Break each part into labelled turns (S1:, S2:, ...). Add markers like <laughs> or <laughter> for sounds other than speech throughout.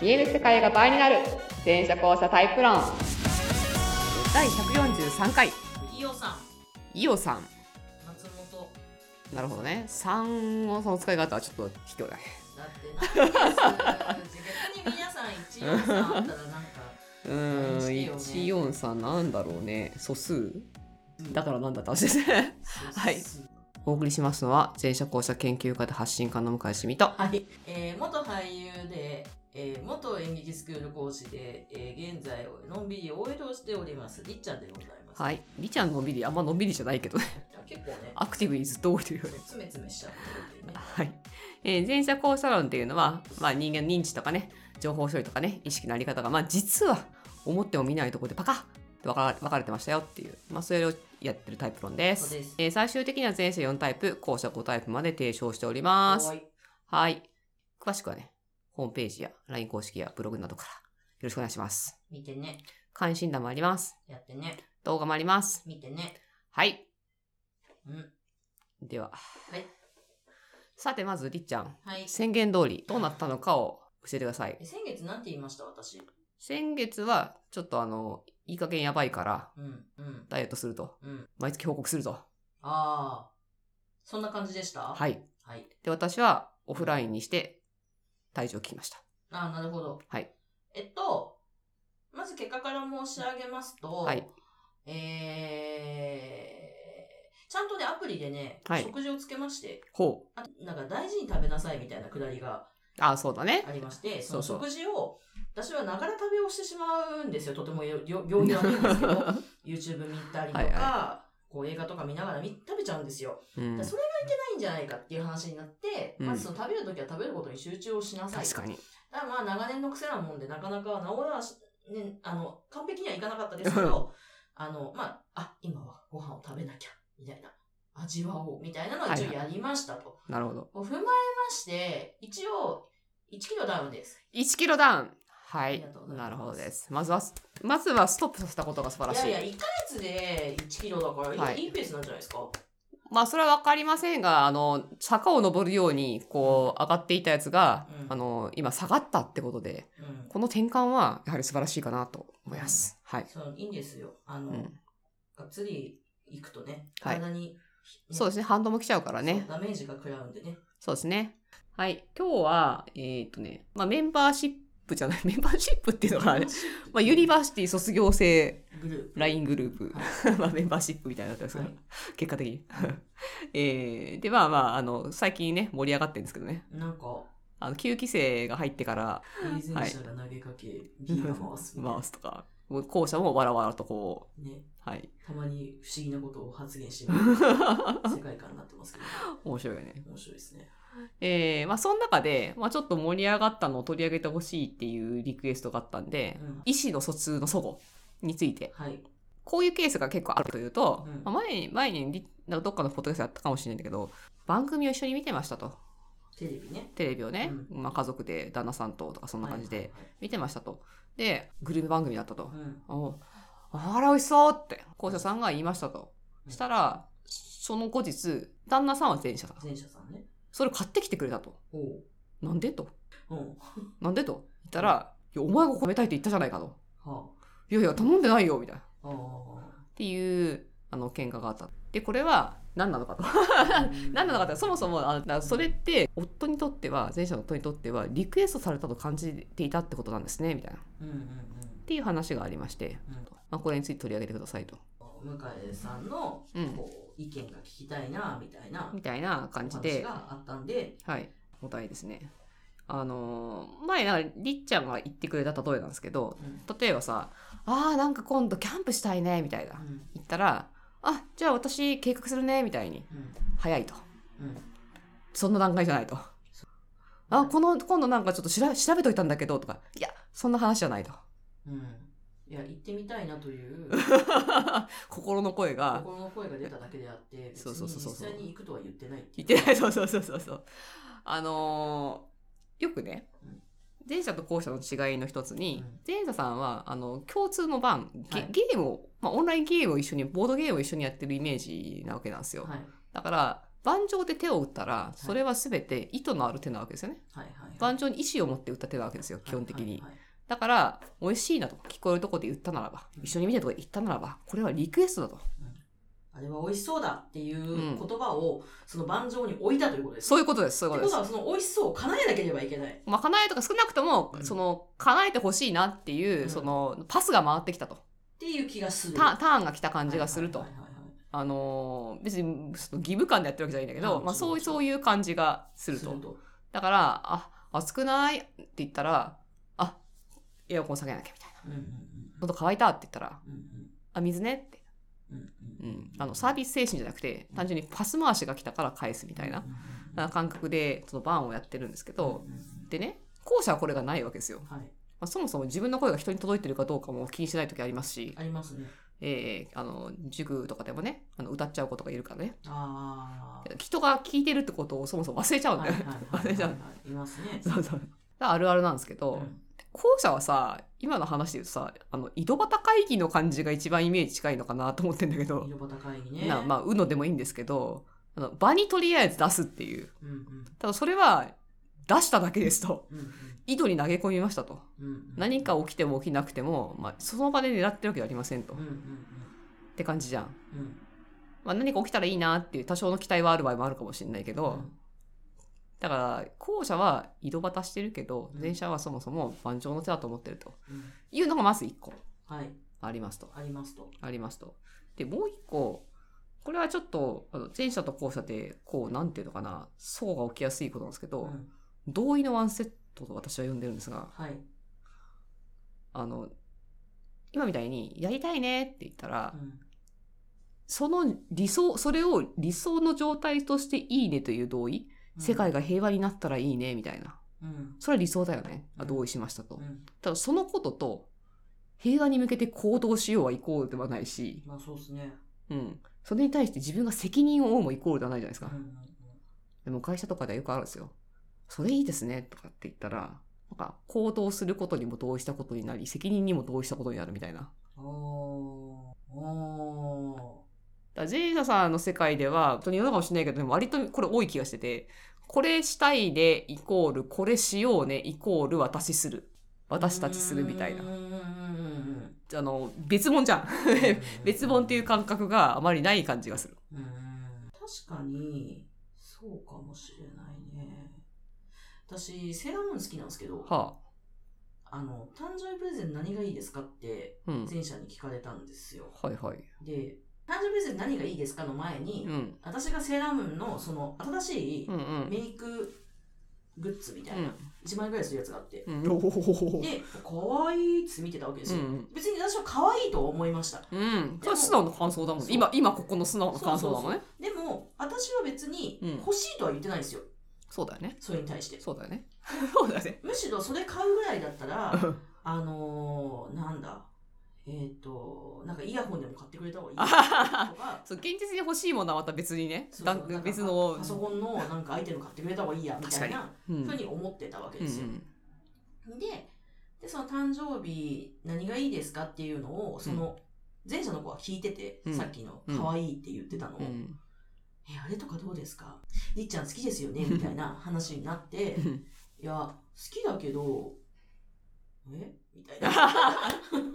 S1: 見える世界が倍になる全社交社タイプ論第143回
S2: 飯尾さん
S1: イオさん
S2: 松本
S1: なるほどね3をその使い方はちょっと卑怯だね
S2: だってなんです逆に皆さん一応さあったらなんか
S1: うーん143
S2: 143
S1: なんだろうね素数だからなんだって話ですねはいお送りしますのは全社交社研究家で発信家の向井しみと
S2: はい、えー元俳優で、えー元演劇スクール講師で、えー現在のんびり OL をしておりますりっちゃんでございます、
S1: はいりちゃんのんびりあんまのんびりじゃないけどね
S2: 結構ね
S1: アクティブにずっと動いてるよね
S2: つめつめしちゃってるんでね
S1: はい。えー、前者後者論っていうのは、まあ、人間の認知とかね、情報処理とかね、意識のあり方が、まあ、実は思っても見ないところでパカッと分か分かれてましたよっていう、まあ、それをやってるタイプ論です。
S2: そうです
S1: えー最終的には前者4タイプ、後者5タイプまで提唱しております。
S2: は
S1: はい詳しくはね、ホームページや LINE 公式やブログなどからよろしくお願いします。
S2: 見てね
S1: 簡易診断もあります。
S2: やってね
S1: 動画もあります。
S2: 見てね
S1: はい。
S2: うん
S1: では。
S2: い
S1: さて、まず、りっちゃん。
S2: はい
S1: 宣言通りどうなったのかを教えてくださ
S2: え
S1: い。
S2: 先月なんて言いました私
S1: 先月はちょっとあの、いい加減やばいから、
S2: うんうん
S1: ダイエットすると。
S2: うん
S1: 毎月報告すると。
S2: ああそんな感じでした、
S1: はいい。
S2: はい、
S1: で、私はオフラインにして、体重を聞きました。
S2: ああなるほど
S1: はい
S2: えっとまず結果から申し上げますと、
S1: はい。
S2: えー、ちゃんとね、アプリでね、
S1: はい
S2: 食事をつけまして、
S1: ほう。
S2: あとなんか大事に食べなさいみたいなくだりが
S1: あ、そうだね。
S2: ありまして、そ
S1: そう
S2: の
S1: そう
S2: 食事を、私はながら食べをしてしまうんですよ。とてもよよ行儀悪い
S1: <laughs>
S2: んですけど、YouTube 見たりとか、
S1: はい
S2: こう映画とか見ながらみ食べちゃうんですよ。
S1: うん
S2: だから。それがいけないんじゃないかっていう話になって、
S1: うん
S2: まずその食べるときは食べることに集中をしなさい。
S1: 確かに。
S2: ただまあ長年の癖なもんでなかなか治らし、ね、あの、完璧にはいかなかったですけど、あの、まあ、あ、今はご飯を食べなきゃ、みたいな、味わおう、みたいなのを一応
S1: はい
S2: やりましたと。
S1: なるほど。
S2: を踏まえまして、一応、1キロダウンです。
S1: 1キロダウン。は
S2: あり
S1: い
S2: がとうご。ざいます
S1: なるほどです。まずは、まずはストップさせたことが素晴らし
S2: い
S1: い。
S2: やいや、1ヶ月で1キロだから、いい
S1: はい
S2: いいペースなんじゃないですか。
S1: まあ、それはわかりませんが、あの、坂を登るように、こう、上がっていたやつが、
S2: うん
S1: あの、今下がったってことで、
S2: うん。
S1: この転換はやはり素晴らしいかなと思います。はい。
S2: そう、いいんですよ。あ
S1: う
S2: の、
S1: ん、
S2: がっつり行くとね、
S1: はい
S2: 体に、ね
S1: そうですね。反動も来ちゃうからね
S2: そう。ダメージが食らうんでね。
S1: そうですね。はい。今日は、えーっとね、まあメンバーシップじゃない、 <laughs> メンバーシップっていうのがあれ、まあユニバーシティ卒業生
S2: グループ。
S1: LINE グループ、 <laughs> まあメンバーシップみたいになってますけど、
S2: は
S1: 結果的に。 <laughs> えー、で、まあまあ、あの、最近ね、盛り上がってるんですけどね。
S2: い。なんか、
S1: あの、9期生が入ってから、
S2: リーゼンシャが投げかけ、ビーが回すみたい
S1: 回すとか、もう後者もわらわらとこう、
S2: な。ね、
S1: はい。
S2: たまに不思議なことを発言して
S1: <laughs>
S2: みる世界観になってますけど、
S1: 面白いよね。
S2: 面白いですね。
S1: えーまあ、その中で、まあ、ちょっと盛り上がったのを取り上げてほしいっていうリクエストがあったんで、
S2: うん
S1: 医師の疎通の齟齬について、
S2: はい。
S1: こういうケースが結構あるというと、
S2: うん
S1: まあ前に、前にリ、なんかどっかのポッドキャストやったかもしれないんだけど、番組を一緒に見てましたと。
S2: テレビね。
S1: テレビをね、
S2: う
S1: まあ、家族で旦那さんととかそんな感じで
S2: はいはい
S1: 見てましたと。で、グルメ番組だったと
S2: はい。。うん。
S1: おあら、美味しそうって、校舎さんが言いましたと。したら、その後日、旦那さんは前者だと。
S2: 前者さんね。
S1: それ買ってきてくれたと。
S2: おう。
S1: なんでと。
S2: うん。
S1: なんでと言ったら、いや、お前が褒めたいって言ったじゃないかと。
S2: はい
S1: やいや、頼んでないよ、みたいな。っ
S2: あ。あ
S1: ていう、あの、喧嘩があった。で、これは、何なのかと。 <laughs>
S2: あ。
S1: 何 <laughs> なのかと、そもそも、あだからそれって、夫にとっては、前者の夫にとっては、リクエストされたと感じていたってことなんですね、みたいな。っ
S2: うんうん
S1: ていう話がありまして、
S2: うん
S1: まあ、これについて取り上げてくださいと。
S2: うん。向井さんの、
S1: うん。
S2: こう、意見が聞きたいな、みたいな
S1: みたいな感じ
S2: 話
S1: で、
S2: があったんで、
S1: はい、お題ですね。あのー前、なんかりっちゃんが言ってくれた例えなんですけど、
S2: うん。
S1: 例えばさ、あーなんか今度キャンプしたいね、みたいな。
S2: うん。
S1: 行ったら「あじゃあ私計画するね」みたいに
S2: うん
S1: 早いと
S2: うん。
S1: そんな段階じゃないと「あこの今度なんかちょっと調べ調べといたんだけど」とか「いやそんな話じゃない」と
S2: うん。いや、行ってみたいなという。
S1: 心の声が
S2: 心の声が出ただけであって、別
S1: そう
S2: に
S1: そうそうそう
S2: 実際に行くとは言ってないってい
S1: 言
S2: う。
S1: ってないそうそうそうそうそうあのーよくね
S2: うん
S1: 前者と後者の違いの一つに
S2: うん
S1: 前者さんはあの共通の番ゲ,、
S2: はい
S1: ゲームを、まあ、オンラインゲームを一緒にボードゲームを一緒にやってるイメージなわけなんですよ、
S2: はい。
S1: だから盤上で手を打ったら、それは全て意図のある手なわけですよね。
S2: はいはい。
S1: 盤上に意思を持って打った手なわけですよ、基本的に。
S2: はいはいはい
S1: だから、美味しいなと、聞こえるとこで言ったならば、一緒に見てるとこで言ったならば、これはリクエストだと。
S2: あれは美味しそうだっていうん言葉を、その盤上に置いたということです。
S1: そういうことです、そういう
S2: っ
S1: こと
S2: てこ
S1: で
S2: と
S1: す。
S2: は、その美味しそうを叶えなければいけない。
S1: まあ、叶えとか少なくとも
S2: う、ん
S1: その、叶えてほしいなっていうう、
S2: ん
S1: その、パスが回ってきたと。
S2: っていう気がする。
S1: ターンターンが来た感じがすると
S2: はい。はいはいはいはい
S1: あのー別に、その義務感でやってるわけじゃないんだけ
S2: う
S1: ど、
S2: ん
S1: まあ、そう
S2: そうそう
S1: そういう感じがする
S2: す
S1: と
S2: る。と。
S1: だから、あ、暑くないって言ったら、あ、エアコン下げなきゃみたいな。
S2: うんうん
S1: 喉乾いたって言ったら、
S2: うんうん
S1: あ、水ねって。
S2: うんうん
S1: う
S2: うん
S1: ん。あの、サービス精神じゃなくて、単純にパス回しが来たから返すみたいな
S2: うんうんうん
S1: な感覚で、そのバーンをやってるんですけど、
S2: うんうん
S1: でね、後者はこれがないわけですよ。ま
S2: はい。
S1: あ、そもそも自分の声が人に届いてるかどうかも気にしない時ありますし、
S2: ありますね。
S1: えーあの、塾とかでもね、あの歌っちゃう子とかいるからね、
S2: ああ。
S1: 人が聞いてるってことをそもそも忘れちゃうんだ
S2: はい
S1: よ
S2: はい
S1: ね。<laughs>
S2: はいはいはい。いますね。
S1: そう <laughs> そう。だからあるあるなんですけど、
S2: うん
S1: 後者はさ今の話で言うとさあの井戸端会議の感じが一番イメージ近いのかなと思ってんだけど、
S2: 色端会議ね。
S1: なまあ「うの」でもいいんですけどあの場にとりあえず出すっていう
S2: うんうん
S1: ただそれは出しただけですと
S2: うん
S1: 井戸に投げ込みましたと
S2: うんうん
S1: 何か起きても起きなくても、まあ、その場で狙ってるわけじゃありませんと、
S2: うんう
S1: っ
S2: ん
S1: て感じじゃん、
S2: うんうん
S1: まあ、何か起きたらいいなっていう多少の期待はある場合もあるかもしれないけど、だから後者は井戸端してるけど
S2: うん
S1: 前者はそもそも盤上の手だと思ってると
S2: うん
S1: いうのがまず1個
S2: はい
S1: ありますと。
S2: ありますと
S1: ありますと。で、もう一個、これはちょっと、あの前者と後者で、こう、なんていうのかな、層が起きやすいことなんですけど、
S2: うん
S1: 同意のワンセットと私は呼んでるんですが、
S2: はい
S1: あの、今みたいに、やりたいねって言ったら、
S2: うん
S1: その理想、それを理想の状態としていいねという同意、世界が平和になったらいいね、みたいな。
S2: うん
S1: それは理想だよね。あ
S2: うん
S1: 同意しましたと
S2: う。ん
S1: ただ、そのことと、平和に向けて行動しようはイコールではないし、
S2: まあそうですね
S1: うん。それに対して自分が責任を負うもイコールではないじゃないです
S2: う
S1: か
S2: ん。
S1: でも会社とかではよくあるんですよ。それいいですねとかって言ったら、なんか行動することにも同意したことになり、責任にも同意したことになるみたいな。
S2: うんおーお
S1: だからジェイサさんの世界では、本当に世の中かもしれないけど、でも割とこれ多い気がしてて、これしたいでイコール、これしようねイコール私する。
S2: ー
S1: 私たちするみたいな
S2: うん。うんうんうん
S1: あの、別物じゃん。
S2: うん
S1: <laughs> 別物っていう感覚があまりない感じがする。
S2: うん確かにそうかもしれないね私セーラームーン好きなんですけど
S1: は
S2: あの誕生日プレゼント何がいいですかって
S1: あ。うん。
S2: 前者に聞かれたんですよ
S1: はいはい。
S2: で誕生日プレゼント何がいいですかの前に、
S1: うん。
S2: 私がセーラームーンのその新しい
S1: うんうん。
S2: メイクグッズみた
S1: う
S2: いな、
S1: ん
S2: 1万円ぐらいするやつがあって、
S1: うん、おお
S2: で可愛いっつって見てたわけですよ、
S1: うん
S2: 別に私は可愛いとは思いました
S1: うん、そ
S2: で
S1: れ
S2: も
S1: は素直な感想だもん
S2: そう
S1: 今今ここの素直な感想だもんね
S2: でも私は別に
S1: うん
S2: 欲しいとは言ってないですよ、
S1: そうだよね
S2: それに対して
S1: そうだよね <laughs> そうだよね
S2: むしろそれ買うぐらいだった
S1: <laughs>
S2: ら
S1: うん
S2: あのー、なんだえっ、となんかイヤホンでも買ってくれ
S1: <laughs>
S2: た方がいい
S1: あ
S2: と
S1: はは
S2: か
S1: そう現実に欲しいものはまた別にね
S2: そうそ
S1: だ
S2: うなん
S1: ん
S2: か
S1: 別の
S2: パソコンのなんかアイテム買ってくれた方がいいやみたいな
S1: うん
S2: ふうに思ってたわけ
S1: うんう
S2: ですよ。
S1: ん
S2: ででその誕生日何がいいですかっていうのをその前者の子は聞いてて、
S1: うん
S2: さっきの
S1: うん
S2: 可愛いって言ってたのを、
S1: うん
S2: えあれとかどうですかりっちゃん好きですよねみたいな話に
S1: <laughs>
S2: なって
S1: うん
S2: いや好きだけどえみたいな
S1: <laughs>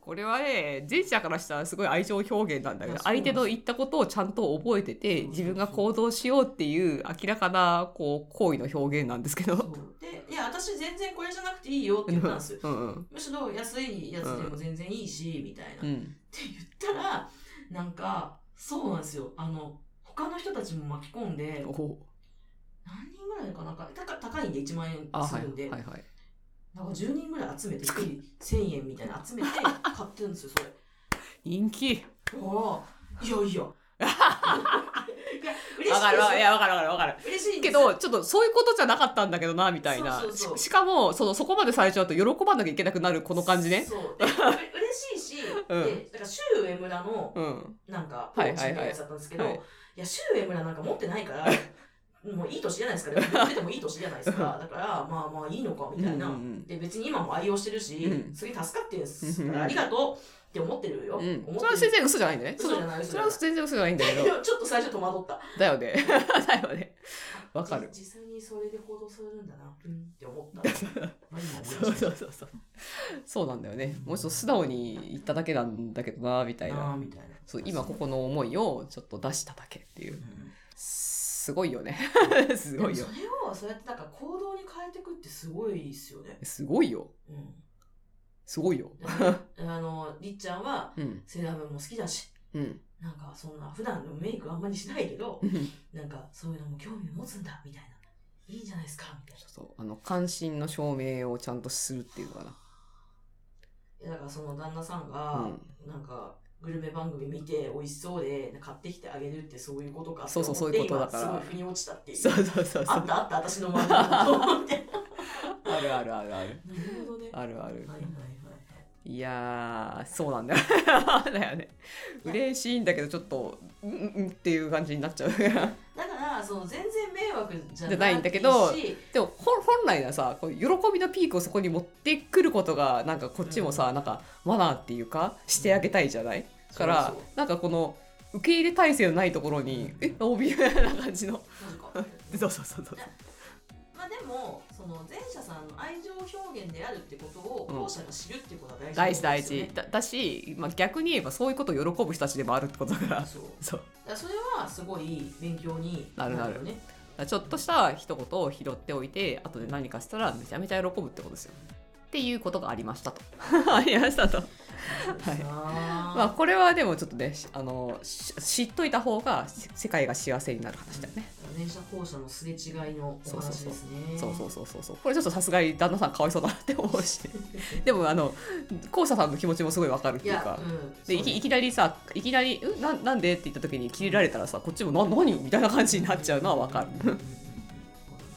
S1: これはね前者からしたらすごい愛情表現なんだけ
S2: い
S1: ど
S2: やそ
S1: 相
S2: うなんです
S1: 手の言ったことをちゃんと覚えて
S2: そう
S1: て
S2: そうそう
S1: 自分が行動しようっていう明らかなこう行為の表現なんですけ
S2: そ
S1: ど
S2: うでいや私全然これじゃなくていいよって言ったんですよ
S1: <laughs> うんうん
S2: むしろ安いやつでも全然いいし、みたいな
S1: う。ん
S2: って言ったらなんかそうなんですよあの他の人たちも巻き込んで
S1: お
S2: 何人ぐらいかなんか高高いんで1万円
S1: あ
S2: す
S1: はい
S2: るんで、
S1: はいはい
S2: なんか10人ぐらい集めて1人1000円みたいな集め
S1: <laughs>
S2: て買ってるんですよそれ。
S1: 人気
S2: ああいやい
S1: <laughs>
S2: やいや嬉しい
S1: わかるわかるい
S2: で
S1: やわかるわかるわかる
S2: すよ嬉しいんで
S1: け
S2: すよ
S1: ど、ちょっとそういうことじゃなかったんだけどな、みたいな。
S2: そうそうそう
S1: ししかも、その、そこまでされちゃうと喜ばなきゃいけなくなる、この感じね。
S2: そうでうれ嬉しいし、
S1: <laughs> うん
S2: でだから周上村の
S1: うん。
S2: なんかポ
S1: はい
S2: ーチ
S1: はいはい
S2: みたいなやつだったんですけど、
S1: はいい
S2: や、周上村なんか持ってな
S1: <laughs>
S2: いから、もういい年じゃないですか、ね、持っててもいい年じゃないですか、だから、まあまあいいのかみたいな。
S1: うんうんうん
S2: で、別に今も愛用してるし、
S1: うん
S2: すげえ助かってるんですか
S1: うんう
S2: ら、
S1: ん
S2: ありがとう。って思ってるよ。
S1: うん
S2: 思っ
S1: それは
S2: て
S1: 全
S2: る
S1: 然嘘じゃないんだね。そ
S2: 嘘じ
S1: の
S2: ゃない、嘘
S1: それ
S2: じゃな。
S1: はい全然嘘じゃないんだけど
S2: い。や <laughs> ちょっと最初戸惑った。
S1: だよね。 <laughs> だよね。わかる。
S2: じ実際にそれで報道するんだな、うんって思
S1: <laughs>
S2: った。まあ今思い出し
S1: そうそう。そうなんだよね。もうちょっと素直に言っただけなんだけどな、みた
S2: た
S1: い
S2: なあ
S1: な。
S2: みたいな。
S1: そう、今ここの思いをちょっと出しただけっていうう。
S2: ん
S1: すごいよね。 <laughs> す
S2: で
S1: ご
S2: も
S1: い
S2: そ
S1: よ。
S2: れをそうやってなんか行動に変えていくってすごいですよね。
S1: すごいよ。
S2: うん
S1: すごいよ。
S2: だからあの、りっちゃんは
S1: うん。
S2: セーラームーンも好きだし、
S1: うん。
S2: なんかそんな普段のメイクあんまりしないけど
S1: う、ん
S2: なんかそういうのも興味を持つんだみたいな。いいんじゃないですかみたいな。
S1: そう。あの、関心の証明をちゃんとするっていうのかな。
S2: いやだからその旦那さんが、なんかグルメ番組見て美味しそうで買ってきてあげるってそういうことか
S1: そうそう
S2: って
S1: そうい
S2: 思って
S1: うことだから
S2: 今すごい腑に落ちたっていう
S1: そうそうそうそ
S2: あ
S1: う
S2: っ。たあった私の周りだと思って
S1: <laughs>
S2: なる
S1: あるあるあるある。
S2: ほどね
S1: あるある
S2: はいはいはい
S1: いやー、そうなんだよ。 <laughs> だよね。嬉しいんだけど、ちょっと、うんうんうんっていう感じにな <laughs> っちゃう。
S2: だからその全然迷惑じゃ
S1: じゃないんだけどでも本本来ならさこう喜びのピークをそこに持ってくることがなんかこっちもさ、なんかマナーっていうかしてあげたいじゃない、から
S2: そう
S1: なんかこの受け入れ体制のないところに、え怯えな感じの
S2: そう
S1: <laughs>
S2: なんか
S1: そうそうそうそう
S2: まあでもその前者さんの愛情表現であるってことを
S1: うん
S2: 後者が知るってことは
S1: 大
S2: 大
S1: 事
S2: 事なん
S1: 大
S2: ですよね
S1: 事だだし、まあ、逆に言えばそういうことを喜ぶ人たちでもあるってことだから
S2: そう
S1: そう
S2: だからそれはすごい勉強に
S1: なるなる
S2: よね
S1: だからちょっとした一言を拾っておいて後で何かしたらめちゃめちゃ喜ぶってことですよっていうことがありましたと <laughs> ありましたとはい
S2: あ
S1: <laughs>
S2: ー
S1: まあこれはでもちょっとねしあのし知っといた方がし世界が幸せになる話だよね、
S2: 前者後者のすれ違いのお話ですね
S1: そうそうそうそうそうこれちょっとさすがに旦那さんかわいそうだなって思うし <laughs> でもあの校舎さんの気持ちもすごいわかるっていう
S2: や
S1: か、
S2: うん
S1: でいきいきなりさいきなり「んななんで?」って言った時に切れられたらさこっちも「な何?」みたいな感じになっちゃうのはわかる
S2: うんうんうん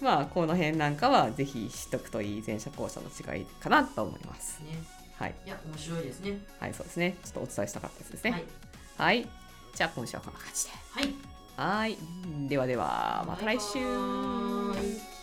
S1: まあこの辺なんかはぜひ知っとくといい前者後者の違いかなと思います
S2: ね
S1: はい
S2: いや面白いですね
S1: はいそうですねちょっとお伝えしたかったですね
S2: はい
S1: はい、じゃあ今週はこんな感じで
S2: は
S1: は
S2: い
S1: いではではまた来週
S2: バイバーイ